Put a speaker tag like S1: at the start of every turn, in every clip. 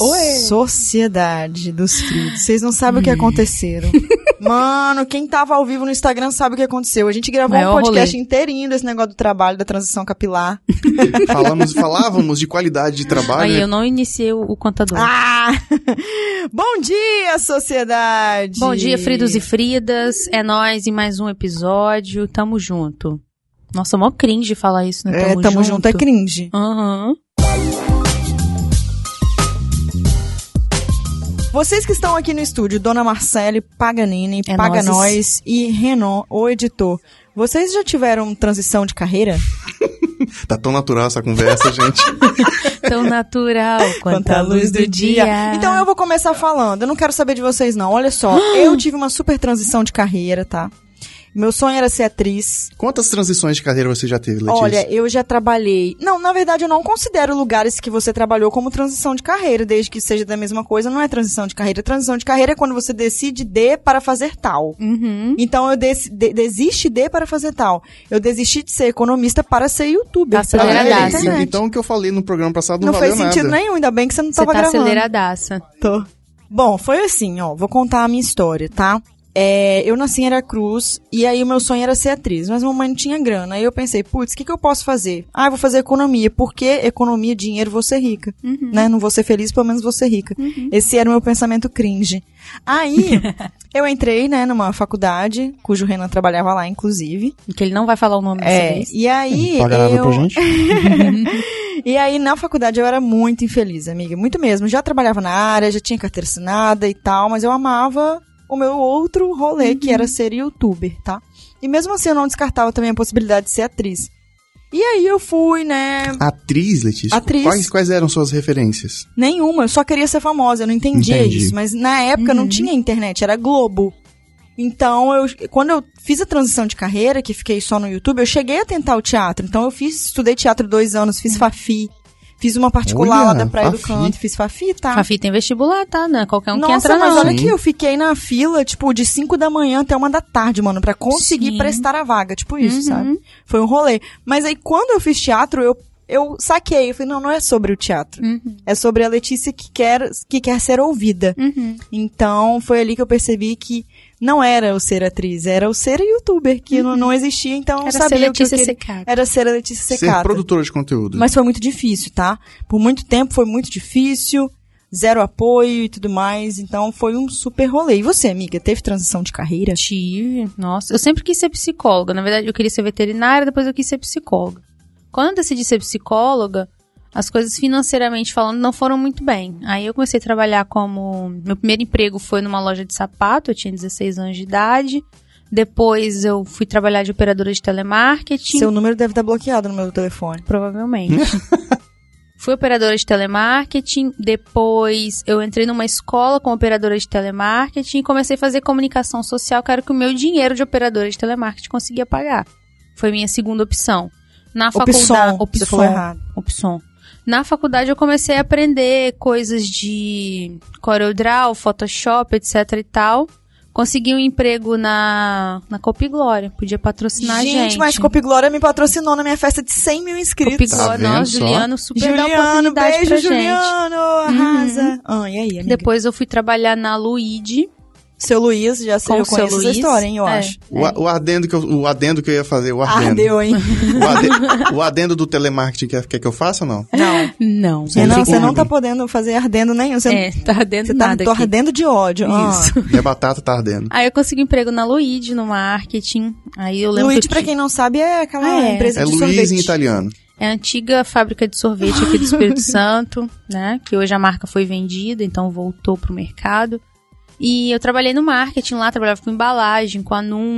S1: Oi.
S2: Sociedade dos Fritos. Vocês não sabem o que aconteceram. Mano, quem tava ao vivo no Instagram sabe o que aconteceu. A gente gravou
S1: Maior
S2: um podcast
S1: rolê.
S2: inteirinho desse negócio do trabalho, da transição capilar.
S3: Falamos, falávamos de qualidade de trabalho.
S1: Aí
S3: né?
S1: eu não iniciei o, o contador.
S2: Ah! Bom dia, sociedade!
S1: Bom dia, fridos e fridas. É nós em mais um episódio. Tamo junto. Nossa, mó cringe falar isso, né?
S2: É, tamo, junto. é cringe.
S1: Aham.
S2: Vocês que estão aqui no estúdio, Dona Marcele, Paganini,
S1: É
S2: Paga
S1: nozes.
S2: Nós e Renan, o editor, vocês já tiveram transição de carreira?
S3: Tá tão natural essa conversa, gente.
S1: Tão natural quanto a luz do dia.
S2: Então eu vou começar falando. Eu não quero saber de vocês, não. Olha só, eu tive uma super transição de carreira, tá? Meu sonho era ser atriz.
S3: Quantas transições de carreira você já teve, Letícia? Ah, é,
S2: Olha, eu já trabalhei. Não, na verdade, eu não considero lugares que você trabalhou como transição de carreira, desde que seja da mesma coisa. Não é transição de carreira. Transição de carreira é quando você decide de para fazer tal.
S1: Uhum.
S2: Então eu des de- desisti de para fazer tal. Eu desisti de ser economista para ser youtuber.
S3: Ah,
S2: Pra fazer
S3: é,
S1: Tá Aceleradaço.
S3: então,
S2: internet.
S3: então o que eu falei no programa passado não,
S2: Não
S3: valeu
S2: fez sentido
S3: nada.
S2: nenhum, ainda bem que você não
S1: Você
S2: estava
S1: tá
S2: gravando.
S1: aceleradaça.
S2: Tô. Bom, foi assim, ó. Vou contar a minha história, tá? É, eu nasci em Aracruz e aí o meu sonho era ser atriz, mas mamãe não tinha grana. Aí eu pensei, putz, o que, que eu posso fazer? Ah, eu vou fazer economia, porque economia, dinheiro, vou ser rica. Né? Não vou ser feliz, pelo menos vou ser rica. Esse era o meu pensamento cringe. Aí eu entrei, né, numa faculdade, cujo Renan trabalhava lá, inclusive.
S1: Que ele não vai falar o nome dessa
S2: É,
S1: vez.
S2: e aí.
S3: Paga nada
S2: eu...
S3: pra gente?
S2: E aí, na faculdade, eu era muito infeliz, amiga. Muito mesmo. Já trabalhava na área, já tinha carteira assinada e tal, mas eu amava o meu outro rolê, que era ser youtuber, tá? E mesmo assim, eu não descartava também a possibilidade de ser atriz. E aí, eu fui, né?
S3: Atriz, Letícia?
S2: Atriz.
S3: Quais, quais eram suas referências?
S2: Nenhuma, eu só queria ser famosa, eu não entendia
S3: Entendi.
S2: isso. Mas na época não tinha internet, era Globo. Então, eu, quando eu fiz a transição de carreira, que fiquei só no YouTube, eu cheguei a tentar o teatro. Então, eu fiz, estudei teatro dois anos, fiz Fafi, fiz uma particular lá
S3: Olha,
S2: da Praia do
S3: Fafi.
S2: Canto, fiz Fafi, tá?
S1: Fafi tem vestibular, tá? Não é qualquer um que
S2: Nossa,
S1: entra,
S2: mas
S1: não.
S2: olha
S3: Sim.
S2: que eu fiquei na fila, tipo, de 5 da manhã até uma da tarde, mano, pra conseguir
S1: Sim.
S2: prestar a vaga, tipo isso,
S1: Uhum.
S2: sabe? Foi um rolê. Mas aí quando eu fiz teatro, eu, eu saquei, eu falei, não, não é sobre o teatro.
S1: Uhum.
S2: É sobre a Letícia que quer, que quer ser ouvida.
S1: Uhum.
S2: Então foi ali que eu percebi que não era o ser atriz, era o ser youtuber, que não, não existia, então eu
S1: Uhum. Era
S2: não
S1: ser
S2: sabia
S1: Letícia
S2: o que eu queria. É,
S1: Secada.
S2: Era ser a Letícia
S3: Ser
S2: Secata.
S3: produtora de conteúdo.
S2: Mas foi muito difícil, tá? Por muito tempo foi muito difícil, zero apoio e tudo mais. Então foi um super rolê. E você, amiga, teve transição de carreira?
S1: Tive, nossa. Eu sempre quis ser psicóloga. Na verdade, eu queria ser veterinária, depois eu quis ser psicóloga. Quando eu decidi ser psicóloga, as coisas financeiramente falando não foram muito bem. Aí eu comecei a trabalhar como. Meu primeiro emprego foi numa loja de sapato, eu tinha 16 anos de idade. Depois eu fui trabalhar de operadora de telemarketing.
S2: Seu número deve estar bloqueado no meu telefone.
S1: Provavelmente. Fui operadora de telemarketing, depois eu entrei numa escola como operadora de telemarketing e comecei a fazer comunicação social, que era o que o meu dinheiro de operadora de telemarketing conseguia pagar. Foi minha segunda opção. Na faculdade,
S2: Opção. Você falou
S1: opção,
S2: errado.
S1: opção. Na faculdade eu comecei a aprender coisas de CorelDRAW, Photoshop, etc e tal. Consegui um emprego na, na Copi Glória, podia patrocinar a
S2: gente,
S1: gente.
S2: mas Copi Glória me patrocinou na minha festa de 100 mil inscritos.
S3: Tá
S1: Copigó,
S3: vendo
S1: nós,
S3: só?
S1: Juliano, super dá
S2: Juliano,
S1: oportunidade
S2: beijo,
S1: pra
S2: Juliano! Arrasa! Ah, e aí, amiga?
S1: gente. Depois eu fui trabalhar na Luigi.
S2: Seu Luiz, já sei,
S1: Com
S2: eu
S1: o seu
S2: conheço essa
S1: Luiz,
S2: história, hein, eu
S1: é.
S2: acho.
S3: O, a- o adendo que eu, o adendo que eu ia fazer,
S2: Ah,
S3: o adendo.
S2: Ardeu, hein?
S3: O, ade- o adendo do telemarketing quer, quer que eu faça ou não?
S2: Não.
S1: Não.
S3: Sim.
S2: Renan,
S3: Sim.
S2: você não tá podendo fazer ardendo nenhum. Você,
S1: É, tá ardendo
S2: você tá
S1: nada
S2: tô
S1: aqui.
S2: ardendo de ódio. Ah.
S1: Isso.
S3: Minha batata tá ardendo.
S1: Aí eu consegui um emprego na Luigi, no marketing. Aí eu lembro
S2: Luigi,
S1: que
S2: pra quem não sabe, é aquela
S1: Ah, é.
S2: empresa
S3: É
S2: de
S3: Luiz em
S2: sorvete.
S3: italiano.
S1: é a antiga fábrica de sorvete aqui do Espírito Santo, né? Que hoje a marca foi vendida, então voltou pro mercado. E eu trabalhei no marketing lá, trabalhava com embalagem, com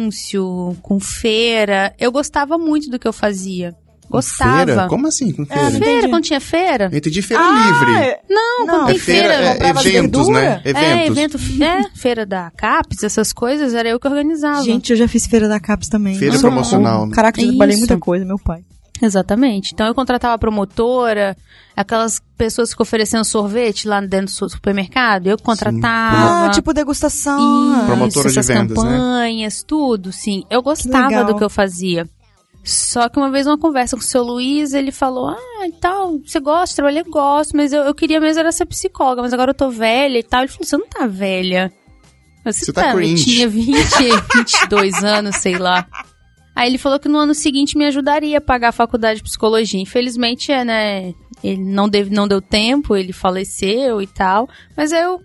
S1: anúncio, com feira. Eu gostava muito do que eu fazia.
S3: Com
S1: Gostava.
S3: Feira? Como assim com
S2: É,
S3: feira?
S2: fe-
S1: Feira,
S2: Entendi.
S1: quando tinha feira?
S3: Entre de feira
S2: Ah,
S3: livre.
S2: é- não,
S1: quando tem
S3: É feira,
S1: feira,
S3: é,
S2: comprava as
S3: eventos, né?
S2: verduras.
S1: É,
S3: Eventos.
S1: evento, é, feira da CAPES, essas coisas, era eu que organizava.
S2: Gente, eu já fiz feira da CAPES também.
S3: Feira
S2: Socorro.
S3: promocional, né?
S2: Caraca, eu já trabalhei
S1: Ah, Isso.
S2: muita coisa, meu pai.
S1: Exatamente. Então eu contratava promotora, aquelas pessoas que oferecendo sorvete lá dentro do supermercado, eu que contratava.
S2: Ah, tipo degustação.
S1: Isso,
S3: Promotora de
S1: essas
S3: vendas, né?
S1: campanhas, tudo, sim. Eu
S2: legal.
S1: gostava do que eu fazia. Só que uma vez uma conversa com o seu Luiz, ele falou: Ah, e tal, você gosta de trabalhar? Eu gosto, mas eu, eu queria mesmo era ser psicóloga, mas agora eu tô velha e tal. Ele falou: Você não tá velha. Você,
S3: Você tá
S1: tá, eu
S3: cringe."
S1: tinha 20, 22 anos, sei lá. Aí ele falou que no ano seguinte me ajudaria a pagar a faculdade de psicologia. Infelizmente, é, né? Ele não, deve, não deu tempo, ele faleceu e tal. Mas eu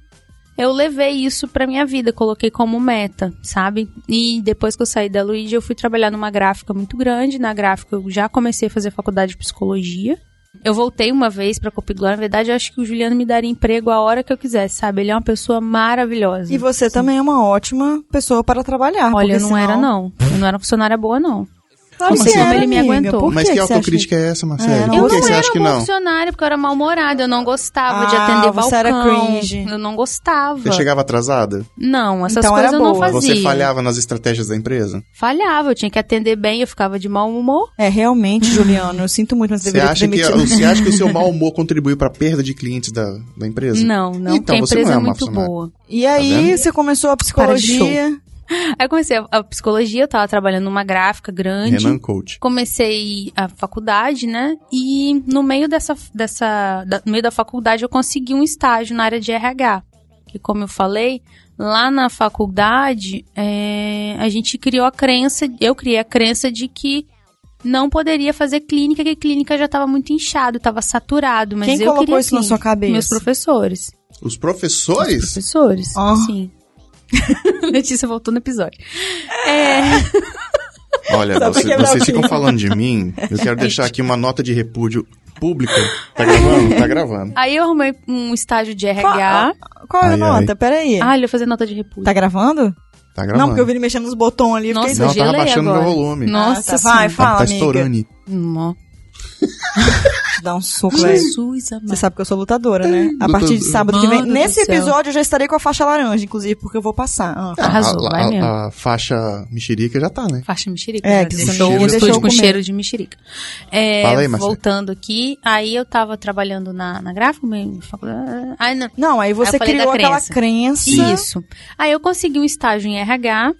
S1: eu levei isso pra minha vida, coloquei como meta, sabe? E depois que eu saí da Luíde, eu fui trabalhar numa gráfica muito grande. Na gráfica, eu já comecei a fazer faculdade de psicologia. Eu voltei uma vez pra Copiglar. Na verdade, eu acho que o Juliano me daria emprego a hora que eu quisesse, sabe? Ele é uma pessoa maravilhosa.
S2: E você também é uma ótima pessoa para trabalhar.
S1: Olha,
S2: porque
S1: eu não era,
S2: senão-
S1: não. Eu não era uma funcionária boa, não.
S2: Claro
S3: Como
S2: que
S3: assim?
S2: era,
S1: Ele me
S2: amiga.
S1: aguentou.
S2: Por
S3: Mas que
S2: você acha
S3: autocrítica é essa,
S2: É,
S3: Marcelo?
S2: não,
S1: Eu
S2: você
S3: Por que
S1: não
S3: você
S1: era
S3: acha que
S1: boa
S3: não?
S1: funcionária, porque eu era mal-humorada. Eu não gostava de
S2: Ah,
S1: atender balcão.
S2: você era cringe.
S1: Eu não gostava.
S3: Você chegava atrasada?
S1: Não, essas
S2: Então era
S1: coisas eu não
S2: boa.
S1: fazia.
S3: Você falhava nas estratégias da empresa?
S1: Falhava, eu tinha que atender bem, eu ficava de mau humor.
S2: É, realmente, Juliano, eu sinto muito, mas
S3: Você
S2: deveria ter
S3: acha, que, é
S2: demitido.
S3: você acha que o seu mau humor contribuiu pra perda de clientes da, da empresa?
S1: Não, não,
S3: Então,
S1: porque a
S3: você não
S1: empresa
S3: é
S1: é
S3: uma
S1: muito
S3: funcionária.
S1: boa.
S2: E aí,
S3: Tá vendo?
S2: você começou a
S1: Para de show.
S2: psicologia.
S1: Aí eu comecei a, a psicologia, eu tava trabalhando numa gráfica grande.
S3: Renan Coach.
S1: Comecei a faculdade, né? E no meio dessa, dessa da- no meio da faculdade eu consegui um estágio na área de RH. Que como eu falei, lá na faculdade é, a gente criou a crença, eu criei a crença de que não poderia fazer clínica, que clínica já estava muito inchado, estava saturado. Mas
S2: Quem
S1: eu
S2: colocou
S1: queria
S2: isso na
S1: clínica.
S2: sua cabeça?
S1: Meus professores.
S3: Os professores?
S1: Professores,
S2: Ó.
S1: sim. Letícia voltou no episódio. É,
S3: Olha,
S2: Só pra
S3: você-
S2: quebrar
S3: vocês
S2: o
S3: ficam
S2: clima.
S3: falando de mim. Eu quero deixar aqui uma nota de repúdio pública. Tá gravando? Tá gravando.
S1: aí eu arrumei um estágio de RH.
S2: Qual é a
S3: Ai,
S2: nota? Peraí.
S1: Ah, ele vai fazer nota de repúdio.
S2: Tá gravando?
S3: Tá
S2: Não,
S3: gravando.
S2: porque eu vi ele mexendo nos botões ali. eu
S1: Nossa,
S2: fiquei-
S3: Não, eu tava
S1: gelei
S3: baixando
S1: agora.
S3: meu volume.
S1: Nossa,
S2: Ah, tá, vai,
S1: sim.
S2: fala,
S3: tá
S2: amiga.
S3: estourando.
S1: Nó.
S2: Te Dá um soco, velho.
S1: Jesus
S2: Você
S1: amado.
S2: sabe que eu sou lutadora, né? A
S3: Lutadora.
S2: partir de sábado que vem.
S1: Mano do
S2: Nesse
S1: céu.
S2: episódio eu já estarei com a faixa laranja, inclusive, porque eu vou passar. Ah.
S1: Arrasou,
S3: a,
S1: vai mesmo.
S3: a, a faixa mexerica já tá, né?
S1: Faixa mexerica.
S2: É,
S1: né?
S2: que
S1: Deixou-
S3: você não
S1: eu
S3: deixou
S1: estou
S3: eu
S1: com
S2: comer.
S1: cheiro de mexerica. É,
S3: Fala aí, Marcelo.
S1: voltando aqui, aí eu tava trabalhando na, na gráfica, meio faculdade. Ai, Ah, não.
S2: Não, aí
S1: Aí
S2: você
S1: eu falei
S2: criou
S1: da
S2: aquela
S1: crença.
S2: crença.
S1: Isso. Aí eu consegui um estágio em RH,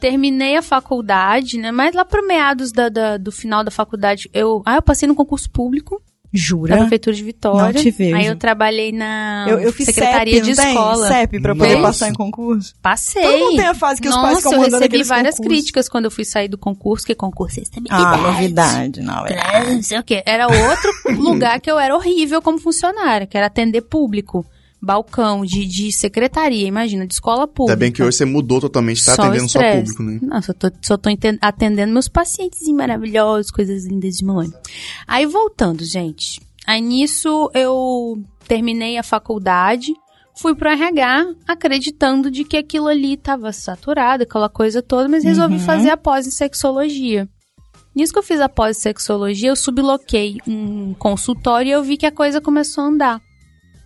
S1: terminei a faculdade, né? Mas lá pro meados da, da- do final da faculdade, eu. Ah, eu passei no concurso público da
S2: Jura?
S1: Prefeitura de Vitória.
S2: Não te vejo.
S1: Aí eu trabalhei na
S2: Eu, eu fiz
S1: Secretaria
S2: CEP,
S1: de
S2: não tem?
S1: Escola.
S2: CEP pra poder
S3: Nossa.
S2: passar em concurso.
S1: Passei.
S2: Todo mundo tem a fase que os pais
S1: Nossa,
S2: ficam
S1: eu
S2: mandando
S1: recebi
S2: aqueles
S1: várias
S2: concursos.
S1: críticas quando eu fui sair do concurso, que concurso é
S2: Ah,
S1: estabilidade.
S2: novidade, não. É.
S1: Não sei o quê. Era outro lugar que eu era horrível como funcionária, que era atender público. Balcão de, de secretaria, imagina, de escola pública.
S3: Ainda bem que hoje você mudou totalmente, tá
S1: Só
S3: atendendo só
S1: estresse.
S3: público, né?
S1: Não, só tô, só tô enten- atendendo meus pacientes maravilhosos, coisas lindas de mamãe. Aí voltando, gente. Aí nisso eu terminei a faculdade, fui pro RH, acreditando de que aquilo ali tava saturado, aquela coisa toda, mas resolvi
S2: Uhum.
S1: fazer a pós em sexologia. Nisso que eu fiz a pós em sexologia, eu subloquei um consultório e eu vi que a coisa começou a andar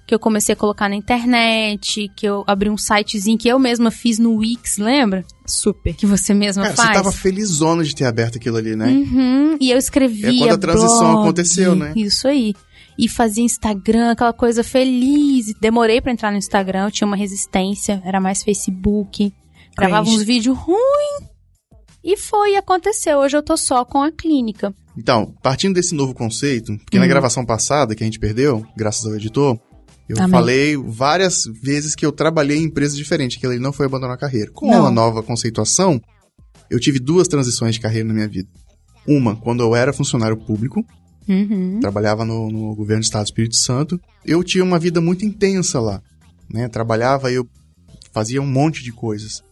S1: que eu comecei a colocar na internet, que eu abri um sitezinho que eu mesma fiz no Wix, lembra?
S2: Super.
S1: Que você mesma
S3: Cara, você
S1: faz.
S3: tava felizona de ter aberto aquilo ali, né?
S1: Uhum, e eu escrevia.
S3: É quando a transição
S1: blog,
S3: aconteceu, né?
S1: Isso aí. E fazia Instagram, aquela coisa feliz. Demorei pra entrar no Instagram, eu tinha uma resistência, era mais Facebook. Gravava
S2: Cringe.
S1: uns vídeos ruins. E foi, e aconteceu. Hoje eu tô só com a clínica.
S3: Então, partindo desse novo conceito, porque na
S1: Hum.
S3: gravação passada, que a gente perdeu, graças ao editor, eu
S1: Amém.
S3: falei várias vezes que eu trabalhei em empresas diferentes, que ele não foi abandonar a carreira. Com
S2: Não.
S3: a nova conceituação, eu tive duas transições de carreira na minha vida. Uma, quando eu era funcionário público,
S1: Uhum.
S3: trabalhava no, no governo do estado do Espírito Santo, eu tinha uma vida muito intensa lá, né? Trabalhava, eu fazia um monte de coisas.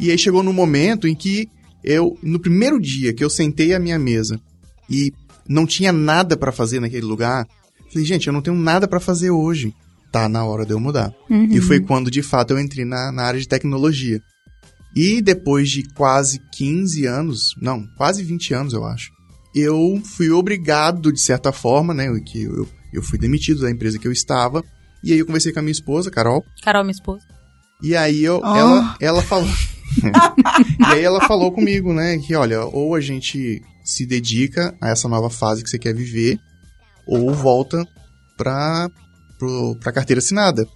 S3: E aí chegou no momento em que eu, no primeiro dia que eu sentei à minha mesa e não tinha nada pra fazer naquele lugar, falei, gente, eu não tenho nada pra fazer hoje. Tá na hora de eu mudar.
S1: uhum.
S3: E foi quando, de fato, eu entrei na, na área de tecnologia. E depois de quase 15 anos, não, quase 20 anos, eu acho, eu fui obrigado, de certa forma, né, que eu, eu fui demitido da empresa que eu estava, e aí eu conversei com a minha esposa, Carol,
S1: Carol, minha esposa.
S3: e aí eu,
S2: Ah.
S3: ela, ela falou... e aí ela falou comigo, né, que olha, ou a gente se dedica a essa nova fase que você quer viver, ou volta pra, pro, pra carteira assinada.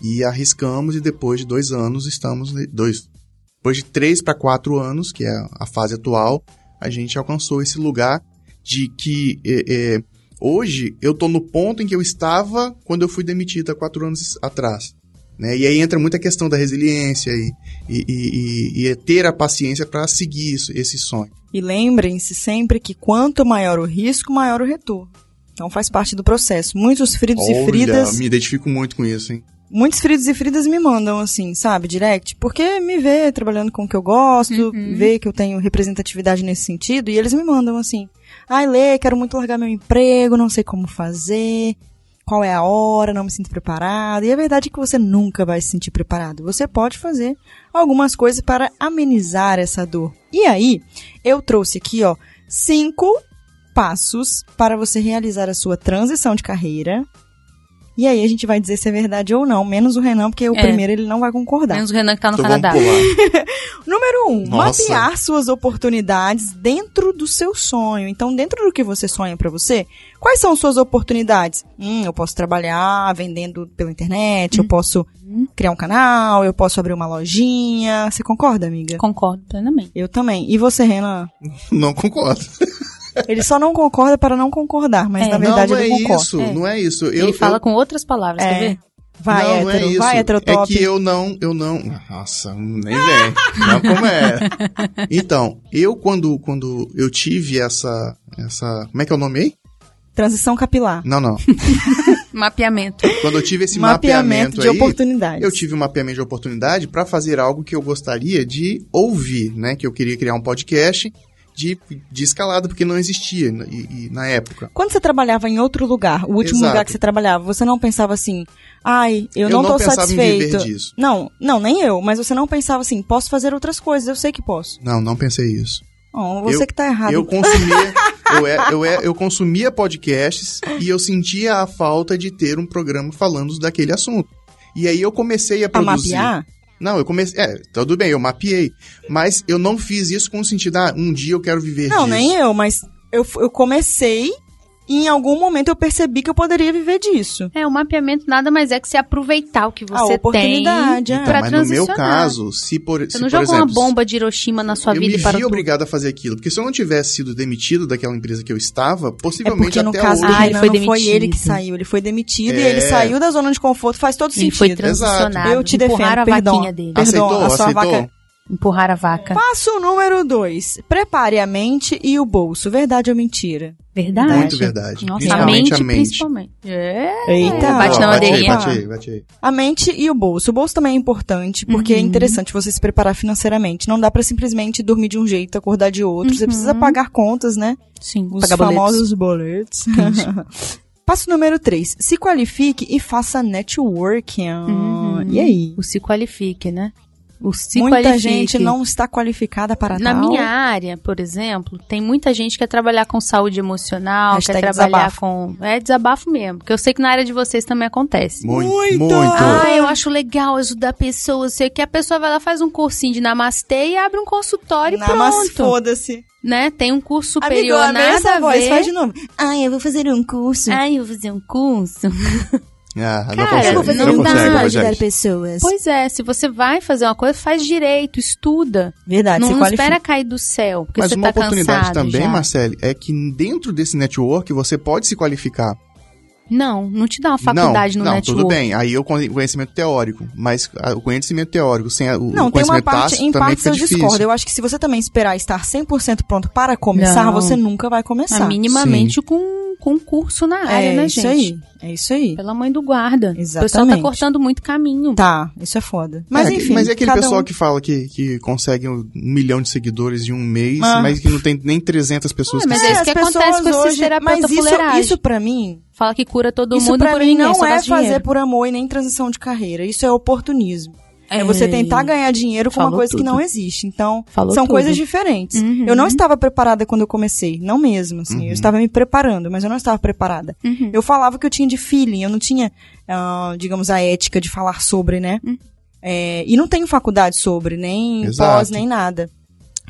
S3: E arriscamos e depois de dois anos estamos... ne- Dois, depois de três para quatro anos, que é a fase atual, a gente alcançou esse lugar de que é, é, hoje eu tô no ponto em que eu estava quando eu fui demitido há quatro anos atrás. Né? E aí entra muita questão da resiliência e, e, e, e, e ter a paciência para seguir isso, esse sonho.
S2: E lembrem-se sempre que quanto maior o risco, maior o retorno. Então faz parte do processo. Muitos feridos
S3: Olha,
S2: e feridas.
S3: me identifico muito com isso, hein?
S2: Muitos feridos e feridas me mandam, assim, sabe, direct, porque me vê trabalhando com o que eu gosto, vê que eu tenho representatividade nesse sentido, e eles me mandam assim, ai, Lê, quero muito largar meu emprego, não sei como fazer, qual é a hora, não me sinto preparado. E a verdade é que você nunca vai se sentir preparado. Você pode fazer algumas coisas para amenizar essa dor. E aí, eu trouxe aqui, ó, cinco passos para você realizar a sua transição de carreira. E aí a gente vai dizer se é verdade ou não, menos o Renan, porque o
S1: É.
S2: primeiro ele não vai concordar.
S1: Menos o Renan que tá no
S3: então vamos
S1: Canadá.
S3: pular.
S2: Número um,
S3: Nossa.
S2: mapear suas oportunidades dentro do seu sonho. Então, dentro do que você sonha pra você, quais são suas oportunidades? Hum, eu posso trabalhar vendendo pela internet, eu posso criar um canal, eu posso abrir uma lojinha. Você concorda, amiga?
S1: Concordo plenamente.
S2: Eu também. E você, Renan?
S3: Não concordo.
S2: Ele só não concorda para não concordar, mas
S1: É.
S2: na verdade
S3: não,
S2: ele
S3: é
S2: concorda.
S3: isso,
S1: É.
S3: não é isso. Eu,
S1: Ele fala
S3: eu-
S1: com outras palavras,
S2: É.
S1: quer ver?
S2: Vai,
S3: não,
S2: hétero,
S3: é isso.
S2: vai, hétero
S3: É
S2: top.
S3: que eu não, eu não. Nossa, nem vem. Não como é. Então, eu quando, quando eu tive essa, essa. Como é que eu nomei?
S2: Transição capilar.
S3: Não, não.
S1: Mapeamento.
S3: Quando eu tive esse
S2: mapeamento
S3: mapeamento,
S2: de
S3: aí,
S2: oportunidades.
S3: eu tive um mapeamento de oportunidade para fazer algo que eu gostaria de ouvir, né? Que eu queria criar um podcast de, de escalada, porque não existia na- e- e na época.
S2: Quando você trabalhava em outro lugar, o último
S3: Exato.
S2: lugar que você trabalhava, você não pensava assim, ai, eu,
S3: Eu
S2: não,
S3: não
S2: tô
S3: pensava em viver
S2: satisfeito.
S3: disso.
S2: Não, não, nem eu, mas você não pensava assim, posso fazer outras coisas, eu sei que posso.
S3: Não, não pensei isso.
S2: Não, você
S3: Eu-
S2: que tá errado.
S3: Eu consumia, eu, é- eu, é- eu consumia podcasts e eu sentia a falta de ter um programa falando daquele assunto. E aí eu comecei a
S2: a
S3: produzir.
S2: mapear?
S3: Não, eu comecei. É, tudo bem, eu mapeei. Mas eu não fiz isso com o sentido, ah, um dia eu quero viver
S2: Não,
S3: disso.
S2: nem eu, mas eu, f- eu comecei e em algum momento eu percebi que eu poderia viver disso.
S1: É, o mapeamento nada mais é que você aproveitar o que
S2: a
S1: você tem.
S2: oportunidade, é.
S3: Então,
S1: pra
S3: mas no meu
S1: transicionar.
S3: caso, se por,
S1: Você
S3: se,
S1: não
S3: por
S1: jogou
S3: exemplo,
S1: uma bomba de Hiroshima na sua
S3: eu
S1: vida
S3: me
S1: e para
S3: vi
S1: tudo.
S3: obrigado a fazer aquilo, porque se eu não tivesse sido demitido daquela empresa que eu estava,
S2: É
S3: possivelmente
S2: porque no
S3: Então, até
S2: caso do
S3: hoje
S1: Ah, ele
S2: Renan,
S1: foi
S2: não foi ele que
S1: demitido.
S2: saiu, ele foi demitido e
S3: É.
S2: ele saiu da zona de conforto, faz todo
S1: Ele
S2: sentido.
S1: foi
S3: Exato.
S1: transicionado.
S2: Eu te
S1: empurraram
S2: defendo,
S1: a
S2: perdão.
S1: vaquinha dele.
S2: Ah. perdão,
S3: aceitou,
S2: a sua
S3: aceitou.
S2: vaca-
S1: Empurraram a vaca.
S2: Passo número 2. Prepare a mente e o bolso. Verdade ou mentira?
S1: Verdade.
S3: Muito verdade.
S1: Nossa, a
S3: principalmente
S1: mente,
S3: a mente.
S1: principalmente. É.
S2: Eita.
S1: Bate na
S3: Ó, aí,
S1: madeirinha.
S3: Bate aí, bate aí.
S2: A mente e o bolso. O bolso também é importante, porque é
S1: Uhum.
S2: interessante você se preparar financeiramente. Não dá pra simplesmente dormir de um jeito, acordar de outro. Você
S1: Uhum.
S2: precisa pagar contas, né?
S1: Sim,
S2: Os
S1: pagar boletos.
S2: famosos boletos. Passo número 3. Se qualifique e faça networking.
S1: Uhum.
S2: E aí?
S1: O se qualifique, né? O se
S2: Muita
S1: qualifique.
S2: gente não está qualificada para
S1: Na
S2: tal.
S1: minha área, por exemplo, tem muita gente que quer trabalhar com saúde emocional,
S2: Hashtag
S1: quer trabalhar
S2: desabafo.
S1: com. É desabafo mesmo, porque eu sei que na área de vocês também acontece.
S3: Muito,
S2: Muito.
S3: muito.
S1: Ah, eu acho legal ajudar pessoas. Sei que a pessoa vai lá, faz um cursinho de namastê e abre um consultório e
S2: Não, mas
S1: pronto.
S2: foda-se.
S1: Né? Tem um curso
S2: Amigo,
S1: superior,
S2: abre
S1: nada
S2: essa
S1: a
S2: voz,
S1: ver.
S2: faz de novo. Ai, eu vou fazer um curso.
S1: Ai, eu vou fazer um curso.
S3: Ah, não
S1: Cara,
S3: consegue,
S1: eu vou fazer
S3: não
S1: um
S3: consegue,
S1: curso pra
S3: Rogério.
S2: pessoas.
S1: Pois é, se você vai fazer uma coisa, faz direito, estuda.
S2: Verdade,
S1: não
S2: Ah, se
S1: não
S2: qualifica.
S1: espera cair do céu, porque
S3: Mas
S1: você
S3: uma
S1: tá
S3: oportunidade
S1: cansado
S3: também,
S1: já.
S3: Marcele, é que dentro desse network você pode se qualificar.
S1: Não, não te dá uma faculdade
S3: não,
S1: no
S3: não,
S1: network.
S3: tudo bem. Aí é o con- conhecimento teórico. Mas ah, o conhecimento teórico sem a- o
S2: Não,
S3: o
S2: tem uma
S3: conhecimento
S2: parte,
S3: tácito
S2: em
S3: também
S2: parte
S3: fica
S2: eu
S3: difícil.
S2: discordo. Eu acho que se você também esperar estar 100% pronto para começar,
S1: Não.
S2: você nunca vai
S1: Ah,
S2: começar.
S1: minimamente com, com curso na área,
S2: é
S1: né,
S2: isso
S1: gente?
S2: aí. É isso aí.
S1: Pela mãe do guarda. O pessoal tá
S2: Exatamente.
S1: cortando muito caminho.
S2: Tá, isso é foda. Mas
S3: é,
S2: enfim,
S3: mas é aquele
S2: cada
S3: pessoal
S2: um...
S3: que fala que, que consegue um milhão de seguidores em um mês,
S2: Ah.
S3: mas que não tem nem 300 pessoas
S1: Ué,
S3: que
S1: mas
S2: É,
S1: é isso
S2: as
S1: que acontece
S2: pessoas
S1: com esses
S2: hoje-
S1: terapeuta
S2: Mas isso,
S1: fuleiragem.
S2: isso pra mim,
S1: Fala que cura todo
S2: isso
S1: mundo
S2: pra
S1: por
S2: mim
S1: ninguém,
S2: não
S1: só
S2: é
S1: gasta
S2: fazer
S1: dinheiro.
S2: por amor e nem transição de carreira. Isso é oportunismo. É você
S1: Ei.
S2: tentar ganhar dinheiro com uma
S1: Falou
S2: coisa que
S1: tudo.
S2: não existe. Então,
S1: Falou
S2: são
S1: tudo.
S2: coisas diferentes.
S1: Uhum.
S2: Eu não estava preparada quando eu comecei, não mesmo, assim.
S3: Uhum.
S2: Eu estava me preparando, mas eu não estava preparada.
S1: Uhum.
S2: Eu falava que eu tinha de feeling, eu não tinha, ah, digamos, a ética de
S1: Hum.
S2: falar sobre, né? É, e não tenho faculdade sobre, nem
S3: Exato.
S2: pós, nem nada.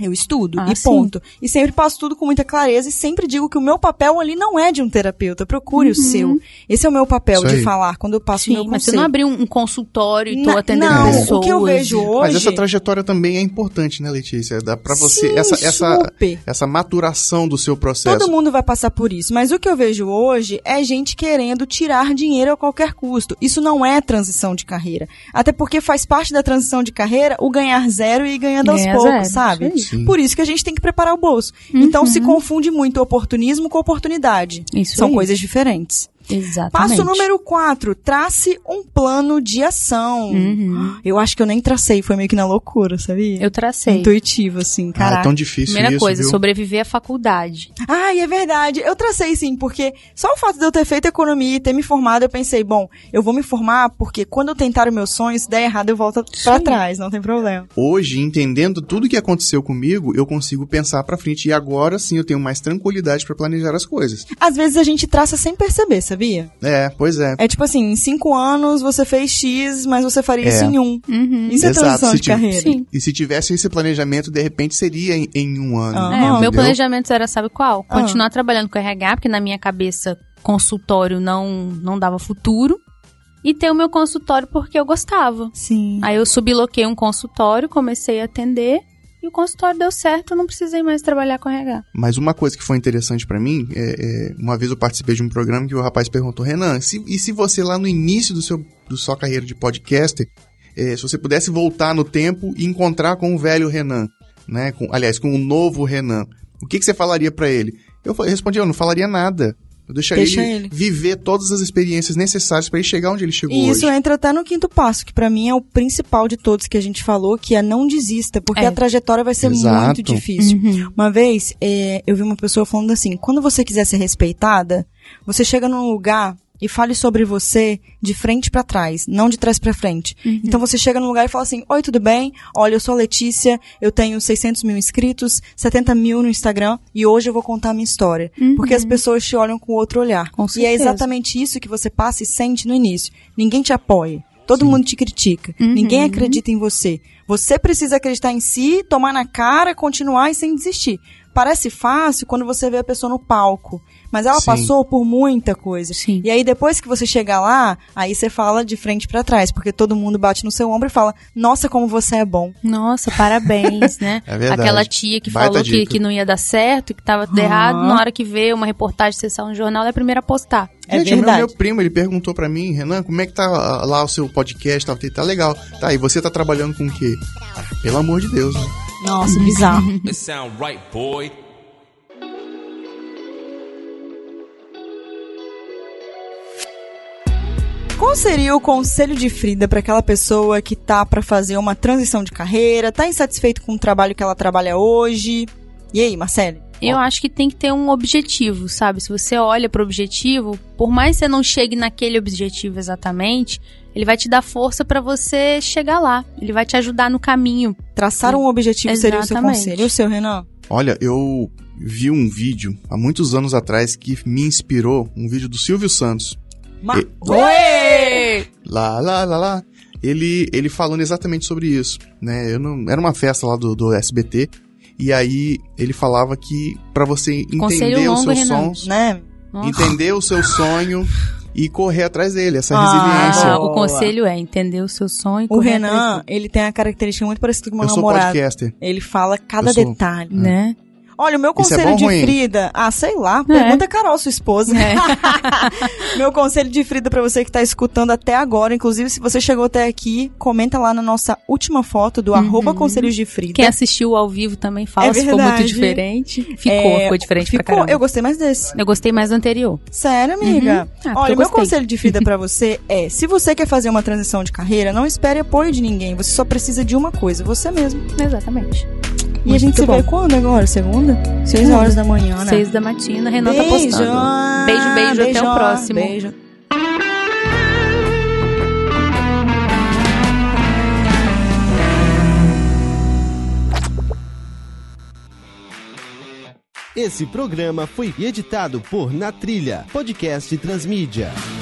S2: Eu estudo
S1: Ah,
S2: e
S1: sim.
S2: ponto. E sempre passo tudo com muita clareza e sempre digo que o meu papel ali não é de um terapeuta. Procure o seu. Esse é o meu papel
S3: Isso
S2: de
S3: aí.
S2: falar quando eu passo o meu
S1: Uhum. Sim, mas você
S2: conselho.
S1: não abriu um consultório e tô
S2: Na-
S1: atendendo
S2: não,
S1: pessoas.
S2: o que eu vejo hoje.
S3: Mas essa trajetória também é importante, né, Letícia? Dá pra você.
S2: Sim,
S3: essa, essa,
S2: super.
S3: essa maturação do seu processo.
S2: Todo mundo vai passar por isso, mas o que eu vejo hoje é gente querendo tirar dinheiro a qualquer custo. Isso não é transição de carreira. Até porque faz parte da transição de carreira o ganhar zero e ir ganhando aos
S1: Ganhar
S2: poucos,
S1: zero,
S2: sabe?
S1: isso Uhum.
S3: Sim.
S2: Por isso que a gente tem que preparar o bolso. Então se confunde muito oportunismo com oportunidade.
S1: Isso
S2: São
S1: aí.
S2: coisas diferentes.
S1: Exatamente.
S2: Passo número 4. Trace um plano de ação.
S1: Uhum.
S2: Eu acho que eu nem tracei, foi meio que na loucura, sabia?
S1: Eu tracei.
S2: Intuitivo, assim,
S3: Ah,
S2: caraca.
S3: é tão difícil
S1: Primeira
S3: isso,
S1: coisa,
S3: viu?
S1: sobreviver à faculdade.
S2: Ai, é verdade. Eu tracei sim, porque só o fato de eu ter feito economia e ter me formado, eu pensei, bom, eu vou me formar porque quando eu tentar o meu sonho, se der errado, eu volto pra
S1: Sim.
S2: trás, não tem problema.
S3: Hoje, entendendo tudo que aconteceu comigo, eu consigo pensar pra frente e agora sim eu tenho mais tranquilidade pra planejar as coisas.
S2: Às vezes a gente traça sem perceber, sabia?
S3: É, pois é.
S2: É tipo assim, em cinco anos você fez X, mas você faria
S3: É.
S2: isso em um.
S1: Uhum.
S2: Isso
S3: Exato,
S2: é transição
S3: se
S2: de
S3: tiver-
S2: carreira.
S1: Sim.
S3: E se tivesse esse planejamento, de repente seria em, em um ano.
S2: Ah. Aham.
S1: É, o meu
S3: entendeu?
S1: planejamento era, sabe qual?
S2: Ah.
S1: Continuar trabalhando com RH, porque na minha cabeça consultório não, não dava futuro. E ter o meu consultório porque eu gostava.
S2: Sim.
S1: Aí eu subloquei um consultório, comecei a atender. E o consultório deu certo, eu não precisei mais trabalhar com RH.
S3: Mas uma coisa que foi interessante pra mim, é, é, uma vez eu participei de um programa que o rapaz perguntou, Renan, se- e se você lá no início do seu, do sua carreira de podcaster, é, se você pudesse voltar no tempo e encontrar com o velho Renan, né? Com, aliás, com o novo Renan, o que, que você falaria pra ele? Eu fa- respondi, eu não falaria nada. Eu deixaria
S2: Deixa
S3: ele,
S2: ele.
S3: viver todas as experiências necessárias pra ele chegar onde ele chegou
S2: E
S3: hoje.
S2: isso entra até no quinto passo, que pra mim é o principal de todos que a gente falou, que é não desista, porque
S1: É. Uhum.
S2: a trajetória vai ser
S3: Exato.
S2: muito difícil. Uma vez, é, eu vi uma pessoa falando assim: quando você quiser ser respeitada, você chega num lugar e fale sobre você de frente pra trás, não de trás pra frente.
S1: Uhum.
S2: Então você chega num lugar e fala assim: Oi, tudo bem? Olha, eu sou a Letícia, eu tenho 600 mil inscritos, 70 mil no Instagram e hoje eu vou contar a minha história. Porque as pessoas te olham com outro olhar.
S1: Uhum. Com
S2: e é
S1: certeza.
S2: exatamente isso que você passa e sente no início. Ninguém te apoia. Todo mundo te critica. Ninguém acredita em você. Você precisa acreditar em si, tomar na cara, continuar e sem desistir. Parece fácil quando você vê a pessoa no palco, mas ela
S3: Sim.
S2: passou por muita coisa.
S1: Sim.
S2: E aí depois que você chegar lá, aí você fala de frente pra trás, porque todo mundo bate no seu ombro e fala: "Nossa, como você é bom".
S1: Nossa, parabéns, né?
S3: É verdade.
S1: Aquela tia que
S3: Baita
S1: falou que,
S3: dica.
S1: que não ia dar certo, que tava tudo
S2: Aham.
S1: errado, na hora que vê uma reportagem, sessão no jornal, ela é a primeira a postar.
S2: É
S3: Gente, o meu-
S2: verdade.
S3: Meu, primo, ele perguntou pra mim, Renan, como é que tá ah, lá o seu podcast? Tá, tá legal. Tá, e você tá trabalhando com o quê? Ah, Pelo amor de Deus. né?
S2: Nossa, bizarro.
S4: It sound right, boy.
S2: Qual seria o conselho de Frida pra aquela pessoa que tá pra fazer uma transição de carreira, tá insatisfeito com o trabalho que ela trabalha hoje? E aí, Marcele?
S1: Eu acho que tem que ter um objetivo, sabe? Se você olha pro objetivo, por mais que você não chegue naquele objetivo exatamente, ele vai te dar força pra você chegar lá. Ele vai te ajudar no caminho.
S2: Traçar um objetivo seria o seu
S1: Exatamente.
S2: conselho. E o seu, Renan?
S3: Olha, eu vi um vídeo há muitos anos atrás que me inspirou, um vídeo do Silvio Santos.
S2: Ma
S3: E-
S2: Oi!
S3: Lá, lá, lá, lá. Ele, ele falando exatamente sobre isso, né? Eu não, era uma festa lá do, do SBT, e aí ele falava que pra você
S1: Conselho
S3: entender os
S1: longo,
S3: seus
S1: Renan.
S3: sons,
S2: Né?
S1: Nossa.
S3: entender o seu sonho e correr atrás dele, essa
S2: Ah,
S3: resiliência.
S1: Ah,
S2: Boa.
S1: o conselho é entender o seu sonho. e
S2: O
S1: correr
S2: Renan,
S1: atrás
S2: ele tem uma característica muito parecida com o meu
S3: Eu sou
S2: namorado.
S3: podcaster.
S2: Ele fala cada
S3: Eu sou- Hum.
S2: detalhe.
S1: dele, né?
S2: Olha, o meu
S3: Isso é
S2: conselho
S3: bom ou
S2: de
S3: ruim?
S2: Frida. Ah, sei lá. Pergunta a Carol, sua esposa.
S1: É.
S2: meu conselho de Frida pra você que tá escutando até agora. Inclusive, se você chegou até aqui, comenta lá na nossa última foto do arroba Conselhos de Frida.
S1: Quem assistiu ao vivo também fala
S2: É
S1: se ficou muito
S2: verdade.
S1: diferente. Ficou,
S2: É,
S1: ficou diferente pra
S2: Ficou,
S1: caramba.
S2: eu gostei mais desse.
S1: Eu gostei mais do anterior.
S2: Sério, amiga?
S1: Ah, porque
S2: Olha,
S1: eu
S2: meu
S1: gostei.
S2: conselho de vida pra você é: se você quer fazer uma transição de carreira, não espere apoio de ninguém. Você só precisa de uma coisa, você mesmo.
S1: Exatamente.
S2: E a gente se
S1: Muito
S2: vê
S1: bom. Hum.
S2: quando agora? Segunda? Seis horas da manhã, né?
S1: Seis da matina, Renan tá
S2: Beijo.
S1: postando. Beijo, beijo, até o
S2: Beijo,
S1: próximo.
S2: Beijo.
S5: Esse programa foi editado por Na Trilha, podcast Transmídia.